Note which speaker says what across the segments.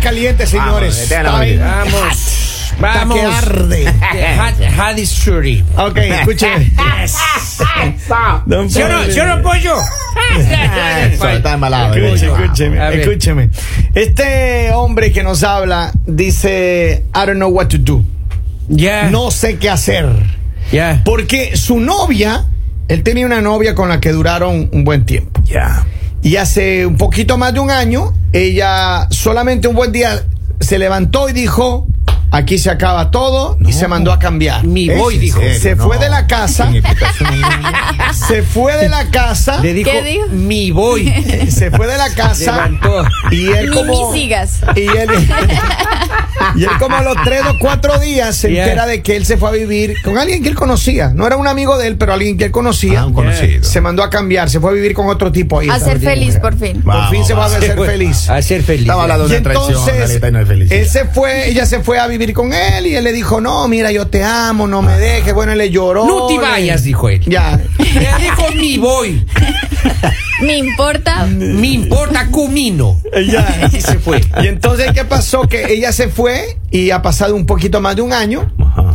Speaker 1: caliente, señores.
Speaker 2: vete a la
Speaker 1: Está bien.
Speaker 2: madre.
Speaker 3: Vamos.
Speaker 1: Está
Speaker 3: Vamos.
Speaker 1: que arde.
Speaker 3: Hadi Shuri.
Speaker 1: Ok, escuche. Don
Speaker 3: Yo no,
Speaker 1: Poli.
Speaker 3: yo no pollo.
Speaker 2: Eso está embalado.
Speaker 1: Escuche,
Speaker 2: Wow.
Speaker 3: A
Speaker 1: escúcheme,
Speaker 3: ver.
Speaker 1: escúcheme. Este hombre que nos habla dice, I don't know what to do.
Speaker 3: Ya.
Speaker 1: No sé qué hacer.
Speaker 3: Ya.
Speaker 1: Porque su novia, él tenía una novia con la que duraron un buen tiempo.
Speaker 3: Ya.
Speaker 1: Y hace un poquito más de un año, ella solamente un buen día se levantó y dijo, aquí se acaba todo y se mandó a cambiar.
Speaker 3: Mi
Speaker 2: ¿Es
Speaker 3: voy,
Speaker 2: en
Speaker 3: dijo.
Speaker 2: serio?
Speaker 1: Se
Speaker 2: No.
Speaker 1: fue de la casa,
Speaker 2: Sin explicación.
Speaker 1: se fue de la casa,
Speaker 3: Le dijo,
Speaker 4: ¿Qué dijo?
Speaker 3: mi voy.
Speaker 1: se fue de la casa
Speaker 3: Levantó.
Speaker 1: y él
Speaker 4: Ni
Speaker 1: como...
Speaker 4: mis sigas.
Speaker 1: Y él, y él como a los tres o cuatro días se
Speaker 3: Yeah.
Speaker 1: entera de que él se fue a vivir con alguien que él conocía. No era un amigo de él, pero alguien que él conocía.
Speaker 2: Ah, un conocido.
Speaker 1: Se mandó a cambiar, se fue a vivir con otro tipo ahí.
Speaker 4: A ser feliz, por fin.
Speaker 1: Por fin se va a
Speaker 2: Vamos,
Speaker 1: hacer
Speaker 3: Bueno,
Speaker 1: feliz.
Speaker 3: A ser feliz.
Speaker 2: Estaba hablando
Speaker 1: Y
Speaker 2: de una traición,
Speaker 1: entonces,
Speaker 2: Galita, y no de felicidad.
Speaker 1: él se fue, ella se fue a vivir con él y él le dijo, no, mira, yo te amo, no me dejes. Bueno, él le lloró.
Speaker 3: No te
Speaker 1: le-
Speaker 3: vayas, dijo él.
Speaker 1: Ya.
Speaker 3: Le dijo, mi voy.
Speaker 4: Me
Speaker 1: Ah,
Speaker 4: importa.
Speaker 3: Me importa comino.
Speaker 1: Ya.
Speaker 3: Y se fue.
Speaker 1: Y entonces, ¿qué pasó? Que ella se fue y ha pasado un poquito más de un año
Speaker 2: Ajá.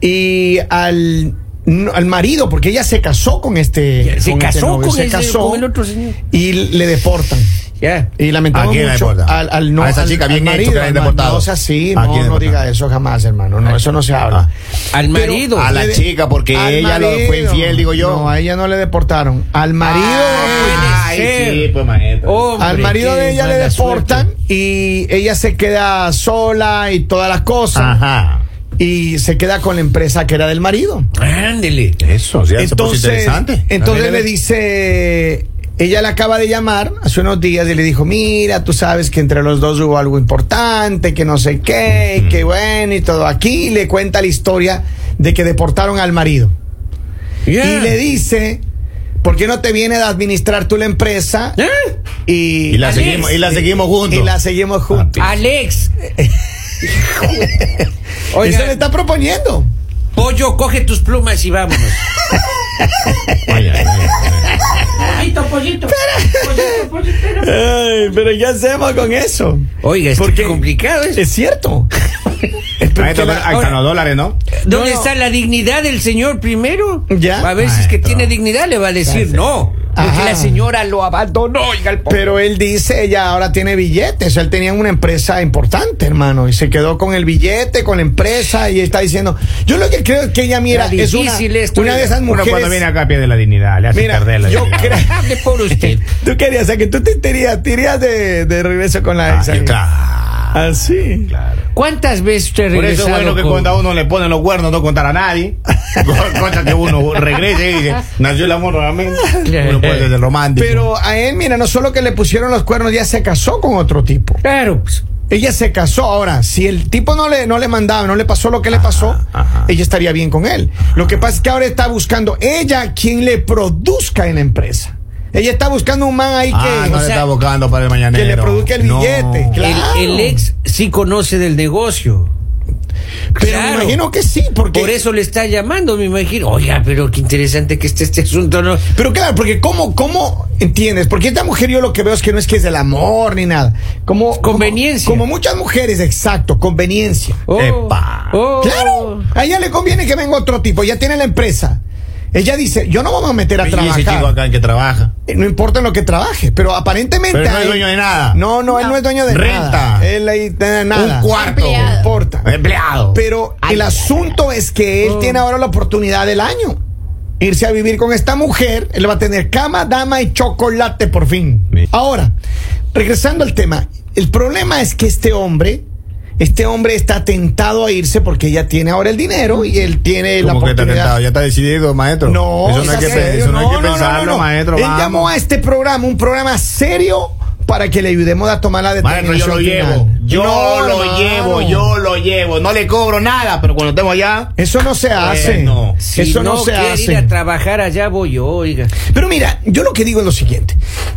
Speaker 1: y al, no, al marido, porque ella se casó con este.
Speaker 3: Se
Speaker 1: con este
Speaker 3: casó
Speaker 1: novio,
Speaker 3: con,
Speaker 1: se
Speaker 3: ese-
Speaker 1: casó
Speaker 3: con el otro señor.
Speaker 1: y le deportan.
Speaker 3: Ya.
Speaker 1: Y lamentamos
Speaker 2: ¿A quién le
Speaker 1: mucho
Speaker 2: deportan?
Speaker 1: al, al no
Speaker 2: A esa
Speaker 1: al-
Speaker 2: chica,
Speaker 1: al
Speaker 2: bien hecho,
Speaker 1: marido,
Speaker 2: que la hayan
Speaker 1: hermano.
Speaker 2: deportado.
Speaker 1: No sea así,
Speaker 2: ¿A
Speaker 1: no,
Speaker 2: quién le
Speaker 1: no diga
Speaker 2: deportaron?
Speaker 1: eso jamás, hermano. No, eso no se habla.
Speaker 3: Al
Speaker 1: Pero-
Speaker 3: marido.
Speaker 2: A la
Speaker 1: Le de-
Speaker 2: chica, porque
Speaker 1: al
Speaker 2: ella lo fue
Speaker 1: marido.
Speaker 2: infiel, digo yo. Ah,
Speaker 1: No, a ella no le deportaron. Al marido.
Speaker 3: Ay, sí, pues,
Speaker 2: maestro.
Speaker 3: Hombre,
Speaker 1: Al marido
Speaker 3: qué
Speaker 1: de ella le
Speaker 3: mala
Speaker 1: deportan
Speaker 3: suerte.
Speaker 1: y ella se queda sola y todas las cosas.
Speaker 2: Ajá.
Speaker 1: Y se queda con la empresa que era del marido.
Speaker 3: Ándele.
Speaker 2: Eso,
Speaker 3: pues
Speaker 2: sí, eso puso
Speaker 1: Entonces,
Speaker 2: interesante.
Speaker 1: entonces
Speaker 3: Ándele.
Speaker 1: le dice, ella le acaba de llamar hace unos días y le dijo, mira, tú sabes que entre los dos hubo algo importante, que no sé qué, que bueno y todo. Aquí le cuenta la historia de que deportaron al marido.
Speaker 3: Ya.
Speaker 1: Y le dice, ¿por qué no te vienes a administrar tú la empresa?
Speaker 3: ¿Eh?
Speaker 1: Y,
Speaker 2: Y la seguimos, y la seguimos juntos.
Speaker 1: y la seguimos juntos.
Speaker 3: Alex.
Speaker 1: Eso le
Speaker 3: Oiga,
Speaker 1: está proponiendo.
Speaker 3: pollo, coge tus plumas y vámonos.
Speaker 2: Ay, ay, ay, ay.
Speaker 3: Pollito, pollito.
Speaker 1: pero ya hacemos con eso.
Speaker 3: Oiga, es
Speaker 1: Porque-
Speaker 3: complicado eso.
Speaker 1: Es cierto.
Speaker 2: Maestro, pero ahí están los dólares, ¿no?
Speaker 3: ¿Dónde
Speaker 1: No, no.
Speaker 3: está la dignidad del señor primero?
Speaker 1: Ya.
Speaker 3: A ver si es que
Speaker 2: Maestro.
Speaker 3: tiene dignidad, le va a decir no. Porque
Speaker 1: Ajá.
Speaker 3: la señora lo abandonó, oiga el pobre.
Speaker 1: Pero él dice, ella ahora tiene billetes, él tenía una empresa importante, hermano, y se quedó con el billete, con la empresa, y está diciendo, yo lo que creo es que ella, mira,
Speaker 3: Era
Speaker 1: es una,
Speaker 3: difícil esto,
Speaker 1: una de
Speaker 3: mira.
Speaker 1: esas
Speaker 2: Uno
Speaker 1: mujeres...
Speaker 2: cuando viene acá pierde la dignidad, le hace
Speaker 1: Mira,
Speaker 2: perder la
Speaker 1: yo
Speaker 2: dignidad.
Speaker 1: creo-
Speaker 3: Hable por usted.
Speaker 1: Tú querías, o sea, que tú te te irías, te irías de, de regreso con la Ah,
Speaker 2: Ah,
Speaker 1: ex. ahí.
Speaker 2: claro,
Speaker 1: Así.
Speaker 2: claro.
Speaker 3: ¿Cuántas veces usted ha
Speaker 2: Ah, Por eso
Speaker 3: regresado
Speaker 2: es bueno que
Speaker 3: con-
Speaker 2: cuando a uno le ponen los cuernos no contar a nadie. Cosa que uno regrese y dice, nació el amor nuevamente. Uno puede ser romántico.
Speaker 1: Pero a él, mira, no solo que le pusieron los cuernos, ya se casó con otro tipo.
Speaker 3: Claro, pues.
Speaker 1: Ella se casó. Ahora, si el tipo no le, no le mandaba, no le pasó lo que le pasó,
Speaker 2: ajá.
Speaker 1: ella estaría bien con él. Lo que pasa es que ahora está buscando ella quien le produzca en la empresa. Ella está buscando un man ahí
Speaker 2: ah,
Speaker 1: que.
Speaker 2: no
Speaker 3: o
Speaker 2: le
Speaker 3: sea,
Speaker 2: está buscando para el mañanero.
Speaker 1: que le produzca el
Speaker 2: No.
Speaker 1: billete, claro.
Speaker 3: El, el ex sí conoce del negocio.
Speaker 1: pero
Speaker 3: claro.
Speaker 1: me imagino que sí, porque.
Speaker 3: Por eso le está llamando, me imagino. Oiga, pero qué interesante que esté este asunto, ¿no?
Speaker 1: Pero claro, porque ¿cómo, cómo entiendes? Porque esta mujer yo lo que veo es que no es que es del amor ni nada. Como,
Speaker 3: Conveniencia.
Speaker 1: Como, como muchas mujeres, exacto, conveniencia.
Speaker 3: Oh,
Speaker 2: Epa.
Speaker 3: oh.
Speaker 1: Claro, a ella le conviene que venga otro tipo, ya tiene la empresa. Ella dice, yo no vamos a meter a
Speaker 2: Y ese
Speaker 1: trabajar.
Speaker 2: chico acá en que trabaja.
Speaker 1: Eh, No importa en lo que trabaje, pero aparentemente.
Speaker 2: Pero no es
Speaker 1: hay-
Speaker 2: dueño de nada.
Speaker 1: No, no, él no es dueño de
Speaker 2: Renta.
Speaker 1: nada. Él ahí de nada.
Speaker 2: Un cuarto.
Speaker 1: No
Speaker 4: Empleado.
Speaker 1: importa.
Speaker 2: Empleado.
Speaker 1: Pero el asunto es que
Speaker 2: Oh.
Speaker 1: él tiene ahora la oportunidad del año. Irse a vivir con esta mujer, él va a tener cama, dama y chocolate por fin.
Speaker 2: Sí.
Speaker 1: Ahora, regresando al tema, el problema es que este hombre, este hombre está tentado a irse porque ella tiene ahora el dinero y él tiene la
Speaker 2: Como que está
Speaker 1: oportunidad.
Speaker 2: tentado, ya está decidido, maestro.
Speaker 1: No,
Speaker 2: eso no hay
Speaker 1: es
Speaker 2: que,
Speaker 1: serio,
Speaker 2: pe- eso no hay que pensarlo,
Speaker 1: no.
Speaker 2: maestro.
Speaker 1: Él
Speaker 2: vamos.
Speaker 1: llamó a este programa, un programa serio, para que le ayudemos a tomar la
Speaker 2: Maestro,
Speaker 1: determinación.
Speaker 2: yo lo llevo.
Speaker 1: final.
Speaker 2: Yo
Speaker 1: este No,
Speaker 2: lo
Speaker 1: hermano.
Speaker 2: llevo, yo lo llevo. No le cobro nada, pero cuando estemos allá.
Speaker 1: Eso no se hace.
Speaker 2: Bueno,
Speaker 3: Si
Speaker 1: Eso no,
Speaker 3: no,
Speaker 1: se
Speaker 3: quiere ir
Speaker 1: hace.
Speaker 3: a trabajar allá voy yo, oiga.
Speaker 1: Pero mira, yo lo que digo es lo siguiente.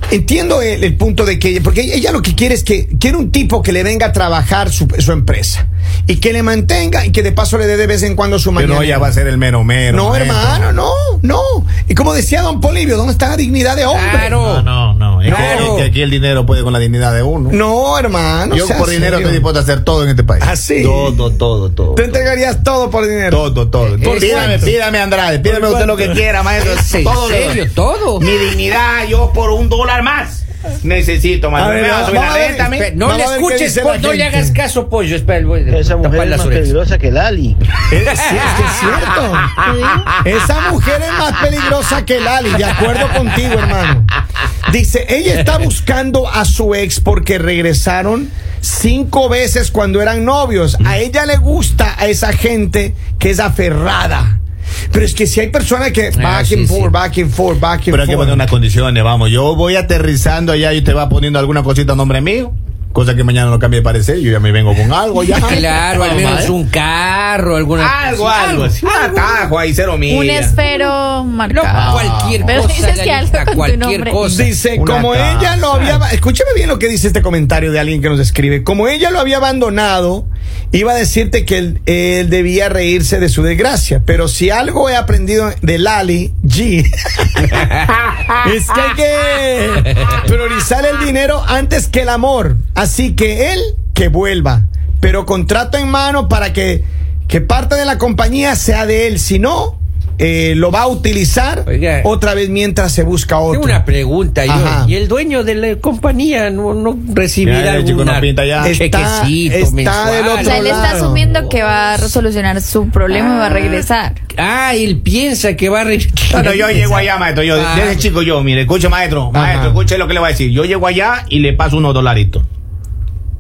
Speaker 1: Entiendo el, el punto de que ella, porque ella- ella lo que quiere es que quiere un tipo que le venga a trabajar su, su empresa y que le mantenga y que de paso le dé de vez en cuando su
Speaker 2: Pero
Speaker 1: mañana.
Speaker 2: no, ella va a ser el mero mero.
Speaker 1: No,
Speaker 2: maestro.
Speaker 1: hermano, no, no. Y como decía don Polivio, ¿dónde está la dignidad de hombre?
Speaker 3: Claro.
Speaker 2: No, no, no. no. Es, que,
Speaker 1: Claro.
Speaker 2: es que aquí el dinero puede con la dignidad de uno.
Speaker 1: No, hermano.
Speaker 2: Yo
Speaker 1: sea
Speaker 2: por dinero
Speaker 1: serio.
Speaker 2: estoy dispuesto a hacer todo en este país.
Speaker 1: ¿Ah, sí?
Speaker 2: Todo, todo, todo.
Speaker 1: Tú entregarías todo por dinero.
Speaker 2: Todo, todo.
Speaker 1: ¿Por
Speaker 2: Pídame,
Speaker 1: cuánto?
Speaker 2: pídame Andrade, pídame usted lo que quiera, maestro.
Speaker 3: ¿En
Speaker 2: Todo lo-
Speaker 3: serio? ¿Todo?
Speaker 2: Mi dignidad, yo por un dólar más. Necesito, maestro.
Speaker 1: A ver,
Speaker 2: ¿Me vas a subir
Speaker 1: vamos
Speaker 2: la
Speaker 1: a ver,
Speaker 2: renta a mí?
Speaker 3: Espe- No
Speaker 1: Vamos
Speaker 3: le
Speaker 1: a ver qué
Speaker 3: escuches,
Speaker 1: dice la
Speaker 3: Paul, no le
Speaker 1: gente.
Speaker 3: hagas caso, pollo. Espera, el güey.
Speaker 5: Esa mujer
Speaker 3: tapar
Speaker 5: es
Speaker 3: las
Speaker 5: más
Speaker 3: orejas.
Speaker 5: peligrosa que Lali.
Speaker 1: Eh, Sí, es que es cierto. Esa mujer es más peligrosa que Lali, de acuerdo contigo, hermano. Dice, ella está buscando a su ex porque regresaron cinco veces cuando eran novios. A ella le gusta a esa gente que es aferrada. Pero es que si hay personas que back
Speaker 3: sí,
Speaker 1: and
Speaker 3: sí.
Speaker 1: forth, back and forth, back and
Speaker 2: Ah, Pero hay que
Speaker 1: forth.
Speaker 2: poner unas condiciones, vamos. Yo voy aterrizando allá y te va poniendo alguna cosita a nombre mío. Cosa que mañana no cambie de parecer. Yo ya me vengo con algo ya.
Speaker 3: Ah, Claro, al
Speaker 2: Vamos,
Speaker 3: menos
Speaker 2: ¿eh?
Speaker 3: un carro, alguna
Speaker 2: Algo, algo. sí, Un atajo ahí, cero
Speaker 4: Un
Speaker 2: milla.
Speaker 4: esfero
Speaker 3: No,
Speaker 4: marcado.
Speaker 3: cualquier
Speaker 4: Pero
Speaker 3: cosa.
Speaker 4: dices que
Speaker 3: Lalita,
Speaker 4: algo con tu
Speaker 3: cualquier
Speaker 4: nombre.
Speaker 3: cosa.
Speaker 1: Ah. Dice,
Speaker 2: Una
Speaker 1: como
Speaker 2: taza.
Speaker 1: ella lo había... Escúchame bien lo que dice este comentario de alguien que nos escribe. Como ella lo había abandonado, iba a decirte que él, él debía reírse de su desgracia. Pero si algo he aprendido de Lali G, es que hay que priorizar el dinero antes que el amor. Así que él que vuelva. Pero contrato en mano para que, que parte de la compañía sea de él. Si no... eh, lo va a utilizar
Speaker 3: Oiga.
Speaker 1: otra vez mientras se busca otro.
Speaker 3: Tengo una pregunta yo.
Speaker 1: Ajá.
Speaker 3: ¿Y el dueño de la compañía no, no
Speaker 2: Ya,
Speaker 3: recibirá
Speaker 2: el chico
Speaker 3: alguna
Speaker 2: no pinta ya.
Speaker 1: Está-
Speaker 3: chequecito
Speaker 1: está
Speaker 3: mensual?
Speaker 1: del
Speaker 4: O sea, él está
Speaker 1: Claro.
Speaker 4: asumiendo que va a solucionar su problema y va a regresar.
Speaker 3: Ah, él piensa que va a regresar.
Speaker 2: No, no, yo llego allá, maestro. Yo,
Speaker 3: Ah.
Speaker 2: desde chico yo, mire, escuche, maestro. Maestro, escuche lo que le voy a decir. Yo llego allá y le paso unos dolaritos.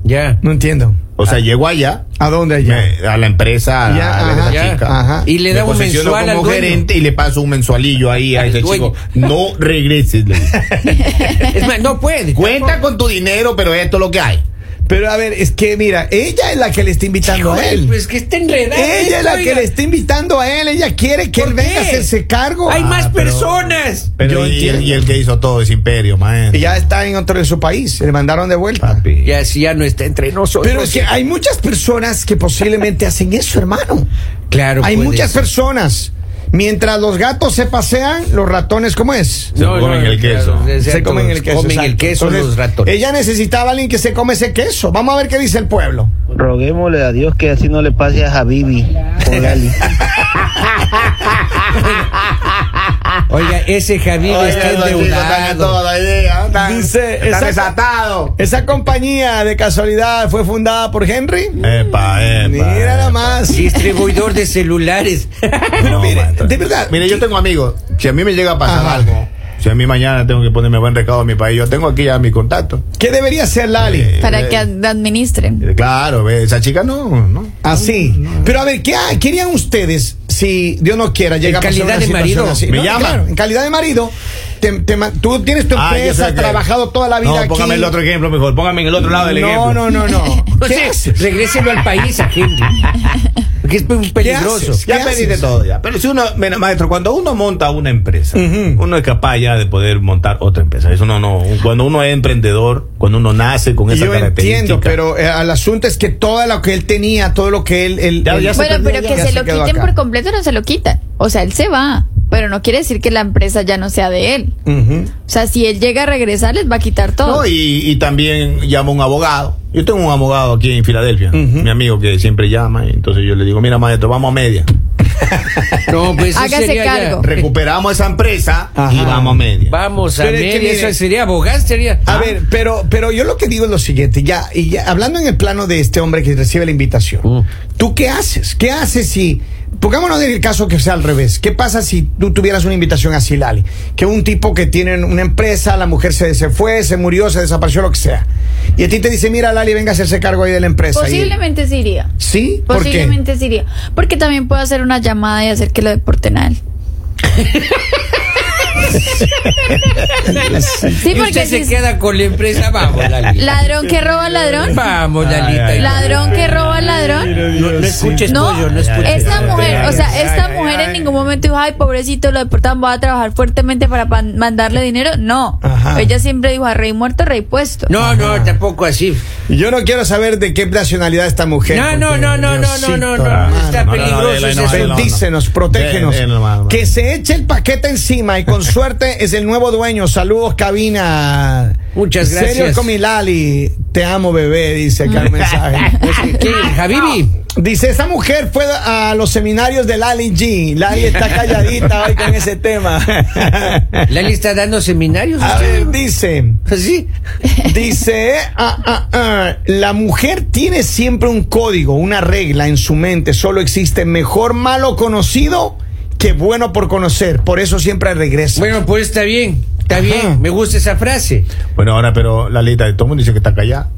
Speaker 3: Ya.
Speaker 1: No entiendo.
Speaker 2: O sea, llego allá,
Speaker 1: ¿A dónde allá?
Speaker 2: me- a la empresa, a-
Speaker 1: Ya,
Speaker 2: a la- a la
Speaker 3: ya,
Speaker 2: chica.
Speaker 1: ajá.
Speaker 3: Y le
Speaker 2: Ah, Me
Speaker 3: da un
Speaker 2: posiciono
Speaker 3: mensual al
Speaker 2: como
Speaker 3: dueño.
Speaker 2: gerente y le paso un mensualillo ahí a
Speaker 3: Al
Speaker 2: ese
Speaker 3: dueño.
Speaker 2: chico. No regreses. le digo.
Speaker 3: Es más, no puede.
Speaker 2: Cuenta con tu dinero, pero esto es lo que hay.
Speaker 1: Pero a ver, es que mira, ella es la que le está invitando a
Speaker 3: Joder,
Speaker 1: él.
Speaker 3: Pues que está enredado.
Speaker 1: ella es
Speaker 3: esto,
Speaker 1: la que
Speaker 3: oiga.
Speaker 1: le está invitando a él. Ella quiere que
Speaker 3: ¿Por
Speaker 1: él venga a
Speaker 3: qué?
Speaker 1: hacerse cargo.
Speaker 3: Hay
Speaker 1: Ah,
Speaker 3: más
Speaker 1: pero-
Speaker 3: personas.
Speaker 1: Yo
Speaker 2: Pero y,
Speaker 1: entiendo.
Speaker 2: el, y el que hizo todo ese imperio, maestro.
Speaker 1: Y ya está en otro de su país. Se le mandaron de vuelta.
Speaker 2: Papi.
Speaker 3: Ya, si ya no está entre nosotros.
Speaker 1: Pero es que hay muchas personas que posiblemente hacen eso, hermano.
Speaker 3: Claro,
Speaker 1: hay
Speaker 3: puede
Speaker 1: muchas
Speaker 3: ser.
Speaker 1: personas. Mientras los gatos se pasean, los ratones, ¿cómo es?
Speaker 2: Se comen el queso.
Speaker 3: claro, es
Speaker 1: Se
Speaker 3: cierto,
Speaker 1: comen el queso.
Speaker 3: comen
Speaker 1: exacto.
Speaker 3: el queso
Speaker 1: Entonces,
Speaker 3: los ratones.
Speaker 1: Ella necesitaba a alguien que se come ese queso. Vamos a ver qué dice el pueblo.
Speaker 5: Roguémosle a Dios que así no le pase a Habibi o Lali.
Speaker 3: Oiga, ese Javier
Speaker 2: Oye,
Speaker 3: está
Speaker 2: los chicos están en
Speaker 3: endeudado.
Speaker 2: toda idea, están-
Speaker 1: Dice,
Speaker 2: están
Speaker 1: esa-
Speaker 2: desatados.
Speaker 1: Esa compañía de casualidad fue fundada por Henry.
Speaker 2: Epa, epa.
Speaker 1: Mira nada
Speaker 2: epa.
Speaker 1: más.
Speaker 3: Distribuidor de celulares.
Speaker 2: No,
Speaker 1: mire,
Speaker 2: maestro.
Speaker 1: de verdad.
Speaker 2: Mire, yo tengo amigos. Si a mí me llega a pasar
Speaker 1: Ajá.
Speaker 2: algo, si a mí mañana tengo que ponerme buen recado a mi país, yo tengo aquí ya mi contacto.
Speaker 1: ¿Qué debería ser Lali?
Speaker 2: Eh,
Speaker 4: Para
Speaker 2: eh,
Speaker 4: que ad- administren.
Speaker 2: eh, Claro, ve, esa chica no, no.
Speaker 1: Así. Pero a ver, ¿qué ha- querían ustedes si Dios no quiera llegamos
Speaker 3: calidad
Speaker 1: a una
Speaker 3: de
Speaker 1: situación
Speaker 3: marido.
Speaker 1: así?
Speaker 2: Me
Speaker 1: No,
Speaker 2: llama.
Speaker 1: claro, en calidad de marido, te- te ma- tú tienes tu
Speaker 2: Ah, yo
Speaker 1: empresa,
Speaker 2: sé
Speaker 1: has
Speaker 2: que-
Speaker 1: trabajado toda la vida
Speaker 2: No,
Speaker 1: aquí.
Speaker 2: póngame el otro ejemplo mejor. Póngame en el otro lado del
Speaker 1: No, no,
Speaker 2: ejemplo.
Speaker 1: no, no. ¿Qué
Speaker 3: Entonces,
Speaker 1: haces?
Speaker 3: regréselo al país, a gente. Que es muy peligroso.
Speaker 1: haces? ¿Qué
Speaker 2: Ya pediste
Speaker 1: haces?
Speaker 2: todo ya. Pero si uno, mira, maestro, cuando uno monta una empresa, uno es capaz ya de poder montar otra empresa. Eso no, no. Cuando uno es emprendedor, cuando uno nace con esa
Speaker 1: Yo
Speaker 2: característica.
Speaker 1: entiendo, pero eh, el asunto es que todo lo que él tenía, todo lo que él... él-
Speaker 2: Ya-
Speaker 1: él-
Speaker 2: ya se
Speaker 4: Bueno, pero que
Speaker 1: ya
Speaker 4: se lo
Speaker 1: quedó
Speaker 4: quiten
Speaker 1: acá.
Speaker 4: por completo no se lo quitan. O sea, él se va, pero no quiere decir que la empresa ya no sea de él.
Speaker 1: Ujú.
Speaker 4: O sea, si él llega a regresar, les va a quitar todo.
Speaker 2: No, y, y también llamo a un abogado. Yo tengo un abogado aquí en Filadelfia, mi amigo que siempre llama. y Entonces yo le digo, mira maestro, vamos a media.
Speaker 3: No, pues eso
Speaker 4: Hágase
Speaker 3: sería ya-
Speaker 4: cargo.
Speaker 2: Recuperamos esa empresa y
Speaker 1: Ajá.
Speaker 2: vamos a media.
Speaker 3: Vamos a
Speaker 1: Pero es que
Speaker 3: ver,
Speaker 1: mire-
Speaker 3: eso sería abogado, sería.
Speaker 1: A ver, pero, pero yo lo que digo es lo siguiente, ya, y ya, hablando en el plano de este hombre que recibe la invitación,
Speaker 3: Mm.
Speaker 1: ¿tú qué haces? ¿Qué haces si, pongámonos en el caso que sea al revés, ¿qué pasa si tú tuvieras una invitación así, Lali? Que un tipo que tiene una empresa, la mujer se, se fue, se murió, se desapareció, lo que sea, y a ti te dice, mira, Lali, venga a hacerse cargo ahí de la empresa. y-
Speaker 4: Posiblemente sí iría.
Speaker 1: ¿Sí? ¿Por qué?
Speaker 4: Posiblemente sí iría. Porque también puedo hacer una llamada y hacer que lo deporten a él. sí,
Speaker 3: Y
Speaker 4: porque
Speaker 3: usted se
Speaker 4: si
Speaker 3: queda con la empresa, vamos, Lalita.
Speaker 4: ladrón que roba ladrón,
Speaker 3: Vamos, Lalita.
Speaker 2: Ay, ay, ay.
Speaker 4: ladrón que roba ladrón.
Speaker 3: No, no escuches
Speaker 4: No,
Speaker 3: pollo, no escuches.
Speaker 4: esta mujer, o sea, esta
Speaker 1: ay,
Speaker 4: mujer en
Speaker 1: ay.
Speaker 4: ningún momento dijo, ay, pobrecito, lo deportan, voy a trabajar fuertemente para pan- mandarle dinero. No,
Speaker 1: Ajá.
Speaker 4: ella siempre dijo, a rey muerto, rey puesto.
Speaker 3: No, no, tampoco así.
Speaker 1: Yo no quiero saber de qué nacionalidad esta mujer.
Speaker 3: No, no,
Speaker 1: porque,
Speaker 3: no, no, no, no,
Speaker 1: Diosito,
Speaker 3: no, no,
Speaker 1: hermano.
Speaker 3: Está
Speaker 2: Ah, no, no, no,
Speaker 3: peligroso
Speaker 2: no,
Speaker 3: ese
Speaker 2: no, no,
Speaker 3: asunto.
Speaker 2: no, no.
Speaker 1: Bendícenos, protégenos.
Speaker 2: Ven, ven, hermano.
Speaker 1: Que se eche el paquete encima y con su Suerte es el nuevo dueño. Saludos, cabina.
Speaker 3: Muchas gracias.
Speaker 1: Serio Comilali. Te amo, bebé, dice acá el mensaje.
Speaker 3: ¿Qué?
Speaker 4: Ah,
Speaker 3: Habibi.
Speaker 1: Dice, esa mujer fue a los seminarios de Lali G. Lali está calladita hoy con ese tema.
Speaker 3: Lali está dando seminarios. Pues
Speaker 1: A ver, dice,
Speaker 3: ¿Sí?
Speaker 1: dice, ah, ah, ah, la mujer tiene siempre un código, una regla en su mente. Solo existe mejor malo conocido que bueno por conocer. Por eso siempre regresa.
Speaker 3: Bueno, pues está bien. Está
Speaker 1: Ajá.
Speaker 3: bien. Me gusta esa frase.
Speaker 2: Bueno, ahora, pero Lalita, todo el mundo dice que está callada.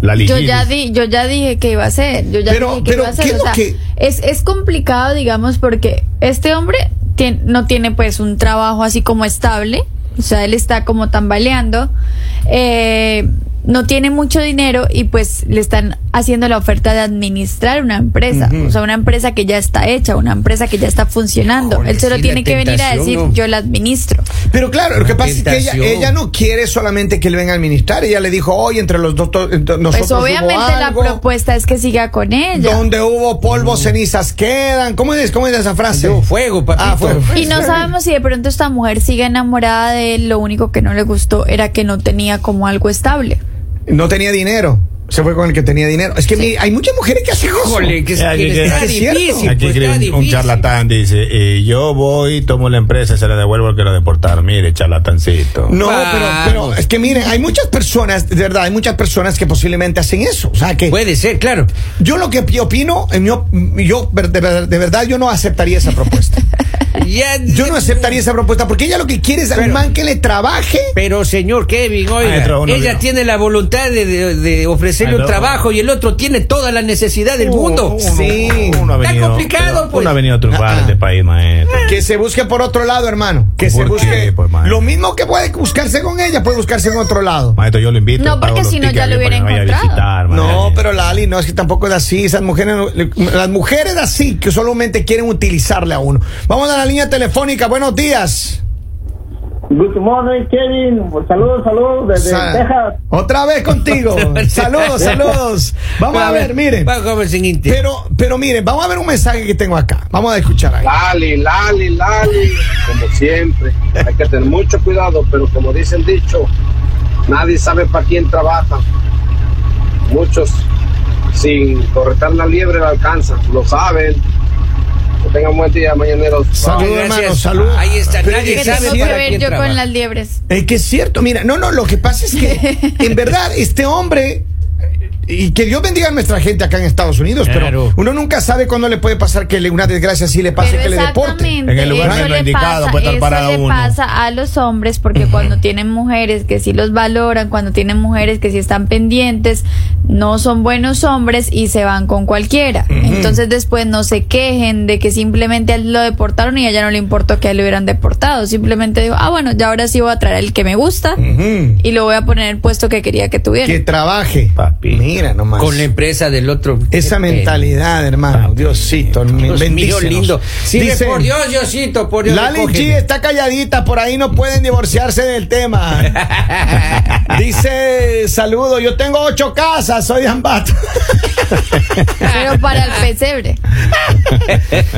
Speaker 2: Lalita.
Speaker 4: Yo ya, di, yo ya dije que iba a ser. Yo ya
Speaker 1: Pero-
Speaker 4: dije que
Speaker 1: pero,
Speaker 4: iba a
Speaker 1: ¿qué
Speaker 4: ser.
Speaker 1: es lo
Speaker 4: O sea,
Speaker 1: que-
Speaker 4: es, es complicado, digamos, porque este hombre tien- no tiene pues un trabajo así como estable. O sea, él está como tambaleando. eh, no tiene mucho dinero y pues le están haciendo la oferta de administrar una empresa.
Speaker 1: Ujú.
Speaker 4: O sea, una empresa que ya está hecha, una empresa que ya está funcionando.
Speaker 3: Híjole,
Speaker 4: él solo
Speaker 3: sí, la
Speaker 4: tiene que venir a
Speaker 3: tentación,
Speaker 4: decir,
Speaker 3: ¿no?
Speaker 4: yo la administro. Pues,
Speaker 1: Pero claro, lo que
Speaker 3: Una
Speaker 1: pasa es que ella,
Speaker 3: tentación.
Speaker 1: ella no quiere solamente que él venga a administrar. Ella le dijo, oye, entre los dos, to- entre nosotros
Speaker 4: Pues obviamente
Speaker 1: hubo
Speaker 4: la
Speaker 1: algo.
Speaker 4: propuesta es que siga con ella.
Speaker 1: Donde hubo polvo, cenizas quedan. ¿Cómo es, cómo es esa frase?
Speaker 3: Yo, fuego, papito.
Speaker 1: Ah, fuego.
Speaker 4: Y no
Speaker 1: Sí.
Speaker 4: sabemos si de pronto esta mujer sigue enamorada de él. Lo único que no le gustó era que no tenía como algo estable.
Speaker 1: No tenía dinero. Se fue con el que tenía dinero. Es que mi- hay muchas mujeres que hacen eso.
Speaker 3: Híjole, que, es-
Speaker 2: Ay,
Speaker 3: que
Speaker 2: que-
Speaker 3: está
Speaker 1: es cierto.
Speaker 3: difícil.
Speaker 2: Aquí
Speaker 3: pues,
Speaker 2: escribe
Speaker 3: está
Speaker 2: un- un
Speaker 3: difícil.
Speaker 2: charlatán, dice, eh, yo voy, tomo la empresa, se la devuelvo al que lo deportar. Mire, charlatancito.
Speaker 1: No, pero,
Speaker 3: Vamos.
Speaker 1: pero es que miren, hay muchas personas, de verdad, hay muchas personas que posiblemente hacen eso. O sea, que
Speaker 3: Puede ser, claro.
Speaker 1: yo lo que pi- opino, en mi op- yo ver- de, ver- de verdad, yo no aceptaría esa propuesta.
Speaker 3: Ya-
Speaker 1: Yo no aceptaría esa propuesta porque ella lo que quiere es al
Speaker 3: Pero-
Speaker 1: man que le trabaje.
Speaker 3: Pero señor Kevin, oiga,
Speaker 2: Ah, entró uno,
Speaker 3: ella
Speaker 2: vino.
Speaker 3: tiene la voluntad de, de- de ofrecerle
Speaker 2: Ah,
Speaker 3: un
Speaker 2: no.
Speaker 3: trabajo y el otro tiene toda la necesidad del mundo.
Speaker 1: Uh, sí.
Speaker 2: Uno ha
Speaker 3: Está
Speaker 2: venido,
Speaker 3: complicado,
Speaker 2: pero
Speaker 3: pues. Eh.
Speaker 2: Uno ha venido a triunfar en este país, maestro.
Speaker 1: Que se busque por otro lado, hermano. Que se
Speaker 2: ¿Por
Speaker 1: busque.
Speaker 2: qué, pues, maestro?
Speaker 1: lo mismo que puede buscarse con ella, puede buscarse en otro lado.
Speaker 2: Maestro, yo lo invito. pago
Speaker 4: No, porque
Speaker 2: los
Speaker 4: si no, ya
Speaker 2: tickets
Speaker 4: lo
Speaker 2: para que
Speaker 4: hubiera
Speaker 2: me vaya a
Speaker 4: encontrado.
Speaker 2: visitar,
Speaker 1: No,
Speaker 2: maestro.
Speaker 1: pero Lali, no, es que tampoco es así. Esas mujeres, no- le- las mujeres así, que solamente quieren utilizarle a uno. Vamos a la línea telefónica. Buenos días.
Speaker 6: Good morning, Kevin. Saludos, saludos desde
Speaker 1: Sa-
Speaker 6: Texas.
Speaker 1: Otra vez contigo. saludos, saludos. Vamos a ver, miren.
Speaker 3: Va, joven, sin inter-
Speaker 1: Pero, pero miren, vamos a ver un mensaje que tengo acá. Vamos a escuchar ahí.
Speaker 7: Lali, Lali, Lali, como siempre. Hay que tener mucho cuidado, pero como dice el dicho, nadie sabe para quién trabaja. Muchos, sin corretar la liebre, la alcanzan. Lo saben. Que tengan buen día, mañaneros.
Speaker 1: Saludos,
Speaker 3: Gracias.
Speaker 1: hermano, saludos.
Speaker 3: Ahí está,
Speaker 1: Pero
Speaker 3: nadie
Speaker 4: Que
Speaker 1: es
Speaker 3: sabe
Speaker 4: tengo
Speaker 1: cierto.
Speaker 4: que
Speaker 3: para
Speaker 4: ver
Speaker 3: quién
Speaker 4: yo
Speaker 3: trabaja.
Speaker 4: con las liebres.
Speaker 1: Es Eh, que es cierto, mira, no, no, lo que pasa es que en verdad este hombre, eh, y que Dios bendiga a nuestra gente acá en Estados Unidos,
Speaker 3: Claro.
Speaker 1: pero uno nunca sabe cuándo le puede pasar que le- una desgracia así le pase,
Speaker 4: Pero
Speaker 1: que le deporte.
Speaker 4: exactamente,
Speaker 2: En el lugar
Speaker 4: eso
Speaker 2: menos
Speaker 4: le
Speaker 2: indicado
Speaker 4: pasa,
Speaker 2: puede estar
Speaker 4: eso
Speaker 2: parado
Speaker 4: le
Speaker 2: uno.
Speaker 4: pasa a los hombres porque cuando tienen mujeres que sí los valoran, cuando tienen mujeres que sí están pendientes, no son buenos hombres y se van con cualquiera. Entonces después no se quejen de que simplemente a él lo deportaron y a ella no le importó que a él lo hubieran deportado. Simplemente digo, ah, bueno, ya ahora sí voy a traer el que me gusta
Speaker 1: Ujú.
Speaker 4: y lo voy a poner en el puesto que quería que tuviera.
Speaker 1: Que trabaje.
Speaker 2: Papi.
Speaker 1: Mira nomás.
Speaker 3: Con la empresa del otro.
Speaker 1: Pues, Esa
Speaker 3: Eh,
Speaker 1: mentalidad, hermano. Diosito,
Speaker 3: Dios mío,
Speaker 1: bendícenos.
Speaker 3: lindo. Sí,
Speaker 1: Dice,
Speaker 3: por Dios, Diosito, por Dios.
Speaker 1: Lali
Speaker 3: recógeme.
Speaker 1: G está calladita, por ahí no pueden divorciarse del tema. Dice, saludo, yo tengo ocho casas, soy de Ambato.
Speaker 4: Pero para el pesebre.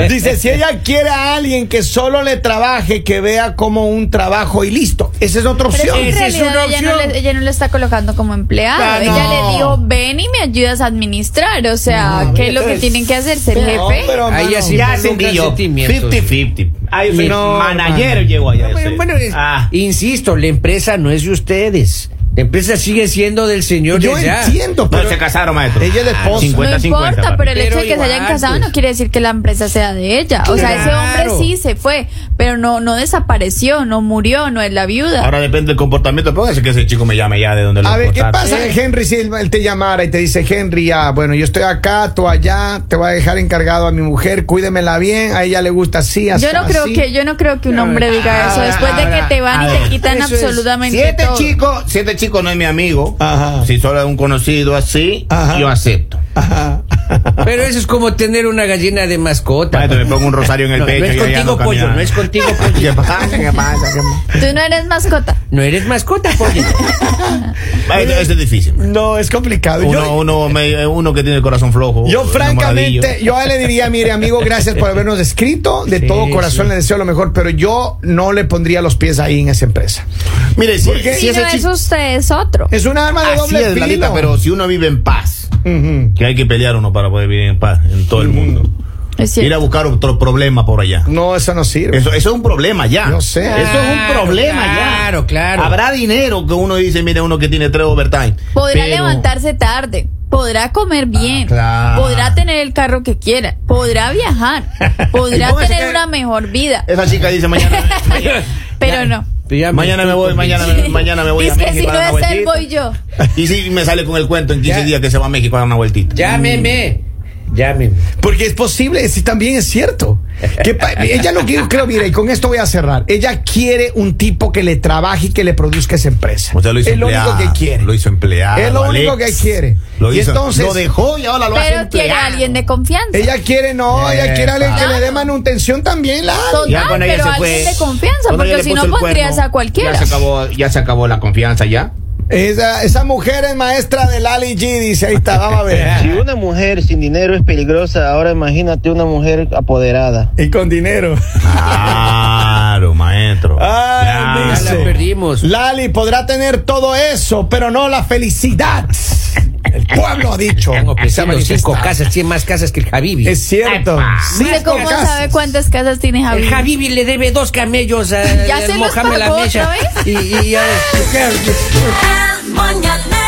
Speaker 1: Dice, si ella quiere a alguien que solo le trabaje, que vea como un trabajo y listo. Esa es otra
Speaker 4: Pero
Speaker 1: opción.
Speaker 4: es que
Speaker 3: Esa
Speaker 4: en
Speaker 3: es una
Speaker 4: realidad ella no,
Speaker 3: opción.
Speaker 4: le, ella no le está colocando como empleado.
Speaker 1: Ah,
Speaker 4: ella
Speaker 1: no.
Speaker 4: le dijo, ven y me ayudas a administrar. O sea, ¿qué es lo que tienen que hacer? ¿Ser
Speaker 1: Pero,
Speaker 4: jefe?
Speaker 1: pero,
Speaker 3: Ahí
Speaker 1: mano,
Speaker 3: así
Speaker 2: Ya sentí yo. 50-50. Ah, yo soy
Speaker 1: No,
Speaker 2: manager,
Speaker 1: mano.
Speaker 2: llego allá. yo
Speaker 3: Bueno,
Speaker 2: soy.
Speaker 3: bueno, es-
Speaker 2: Ah.
Speaker 3: insisto, la empresa no es de ustedes. La empresa sigue siendo del señor
Speaker 1: yo
Speaker 3: de allá.
Speaker 1: entiendo,
Speaker 2: No,
Speaker 1: pero
Speaker 2: se casaron, maestro.
Speaker 1: Ella es la esposa.
Speaker 4: no
Speaker 2: 50-50,
Speaker 4: importa,
Speaker 2: papi.
Speaker 4: pero el hecho
Speaker 3: Pero
Speaker 4: de que se hayan
Speaker 3: igual,
Speaker 4: casado
Speaker 3: pues.
Speaker 4: no quiere decir que la empresa sea de ella. O sea, ese
Speaker 3: Claro.
Speaker 4: hombre sí se fue, pero no, no desapareció, no murió, no es la viuda.
Speaker 2: Ahora depende del comportamiento. Póngase que ese chico me llame ya de donde lo
Speaker 1: A ver, ¿qué
Speaker 2: cortaron.
Speaker 1: pasa que Henry si él, él te llamara y te dice, Henry, ya, bueno, yo estoy acá, tú allá, te voy a dejar encargado a mi mujer, cuídemela bien, a ella le gusta así, así.
Speaker 4: yo no creo
Speaker 1: así".
Speaker 4: que yo no creo que un hombre diga eso después de que te van y te quitan
Speaker 1: Eso es.
Speaker 4: absolutamente
Speaker 2: Si este
Speaker 4: todo.
Speaker 2: chico, si este chico no es mi amigo,
Speaker 1: Ajá.
Speaker 2: si solo es un conocido así,
Speaker 1: Ajá.
Speaker 2: yo acepto.
Speaker 1: Ajá.
Speaker 3: Pero eso es como tener una gallina de mascota.
Speaker 2: Maestro, me pongo un rosario en el
Speaker 3: no,
Speaker 2: pecho.
Speaker 3: no es
Speaker 2: y ahí
Speaker 3: contigo,
Speaker 2: ando
Speaker 3: pollo,
Speaker 2: caminando.
Speaker 3: no es contigo, pollo.
Speaker 2: ¿Qué pasa? ¿Qué pasa? ¿Qué pasa?
Speaker 4: Tú no eres mascota.
Speaker 3: No eres mascota, pollo.
Speaker 2: Maestro, eso es difícil.
Speaker 1: No, es complicado.
Speaker 2: Uno,
Speaker 1: Yo-
Speaker 2: uno, me- uno que tiene el corazón flojo.
Speaker 1: Yo
Speaker 2: enamoradillo.
Speaker 1: francamente, yo le diría, mire amigo, gracias por habernos escrito, de
Speaker 3: Sí,
Speaker 1: todo corazón
Speaker 3: sí.
Speaker 1: le deseo lo mejor, pero yo no le pondría los pies ahí en esa empresa.
Speaker 2: Mire, si,
Speaker 1: Porque-
Speaker 2: si
Speaker 4: Si
Speaker 2: ese
Speaker 4: no es
Speaker 2: chip-
Speaker 4: usted, es otro.
Speaker 1: Es un arma de
Speaker 2: Así
Speaker 1: doble
Speaker 2: es,
Speaker 1: filo.
Speaker 2: Lalita, pero si uno vive en paz,
Speaker 1: Ujú.
Speaker 2: que hay que pelear uno para poder vivir en paz en todo el mundo.
Speaker 4: Es
Speaker 2: Ir a
Speaker 4: cierto.
Speaker 2: buscar otro problema por allá.
Speaker 1: No, eso no sirve.
Speaker 2: Eso, eso es un problema ya.
Speaker 1: No sé.
Speaker 2: Eso es un
Speaker 3: Claro,
Speaker 2: problema ya.
Speaker 3: claro, claro.
Speaker 2: Habrá dinero que uno dice, mire, uno que tiene tres overtime.
Speaker 4: Podrá
Speaker 2: pero- Ah,
Speaker 4: levantarse tarde. Podrá comer bien.
Speaker 2: claro.
Speaker 4: Podrá tener el carro que quiera. Podrá viajar.
Speaker 2: Y
Speaker 4: Podrá
Speaker 2: póngase
Speaker 4: tener
Speaker 2: que-
Speaker 4: una mejor vida.
Speaker 2: Esa chica dice mañana.
Speaker 4: Pero no.
Speaker 3: Ya me
Speaker 2: mañana me
Speaker 3: estoy
Speaker 2: voy, mañana me, Eh, mañana me voy a
Speaker 4: Dice que
Speaker 2: México.
Speaker 4: si
Speaker 2: a
Speaker 4: no
Speaker 2: dar una
Speaker 4: es él,
Speaker 2: vueltita.
Speaker 4: voy yo.
Speaker 2: Y si me sale con el cuento en 15
Speaker 3: Ya.
Speaker 2: días que se va a México a dar una vueltita.
Speaker 3: Llámeme. Llámeme.
Speaker 1: Porque es posible, si también es cierto. Que pa- ella lo que yo creo, mira, y con esto voy a cerrar. Ella quiere un tipo que le trabaje y que le produzca esa empresa.
Speaker 2: O sea, lo hizo
Speaker 1: es lo
Speaker 2: empleado.
Speaker 1: único que quiere.
Speaker 2: Lo hizo empleado.
Speaker 1: Es lo único
Speaker 2: Alex.
Speaker 1: que quiere.
Speaker 2: Lo
Speaker 1: Y
Speaker 2: hizo-
Speaker 1: entonces-
Speaker 2: Lo dejó y ahora lo hace
Speaker 4: Pero quiere a
Speaker 2: empleado.
Speaker 4: alguien de confianza.
Speaker 1: Ella quiere, no, ella
Speaker 2: Eh,
Speaker 1: quiere a alguien que
Speaker 4: claro.
Speaker 1: le dé manutención también, la.
Speaker 4: Total,
Speaker 2: cuando ella
Speaker 4: pero
Speaker 2: se fue-
Speaker 4: alguien de confianza,
Speaker 2: cuando ella
Speaker 4: porque
Speaker 2: le
Speaker 4: si
Speaker 2: puso
Speaker 4: no
Speaker 2: el
Speaker 4: pondrías
Speaker 2: cuerno,
Speaker 4: a cualquiera.
Speaker 2: Ya se acabó, ya se acabó la confianza ya.
Speaker 1: Esa, esa mujer es maestra del Ali G, dice, ahí está, vamos a
Speaker 5: Si
Speaker 1: ver.
Speaker 5: una mujer sin dinero es peligrosa, ahora imagínate una mujer apoderada.
Speaker 1: Y con dinero.
Speaker 2: Claro, maestro.
Speaker 1: Ah,
Speaker 2: Claro.
Speaker 3: Ya
Speaker 1: dice.
Speaker 3: la perdimos.
Speaker 1: Lali podrá tener todo eso, pero no la felicidad. El pueblo ha dicho.
Speaker 3: Están
Speaker 1: Se ha
Speaker 4: Ah,
Speaker 3: ofreciendo cinco
Speaker 1: manifestado.
Speaker 3: casas, cien más casas que el Javibi.
Speaker 1: Es cierto.
Speaker 4: Dice,
Speaker 1: Cinco
Speaker 4: ¿cómo
Speaker 1: casas.
Speaker 4: sabe cuántas casas tiene Javi?
Speaker 3: El Javibi le debe dos camellos a
Speaker 4: Ya se los
Speaker 3: Mohamed
Speaker 4: pagó
Speaker 3: Lamecha.
Speaker 4: otra vez.
Speaker 3: Y, y ya.
Speaker 8: El mañanero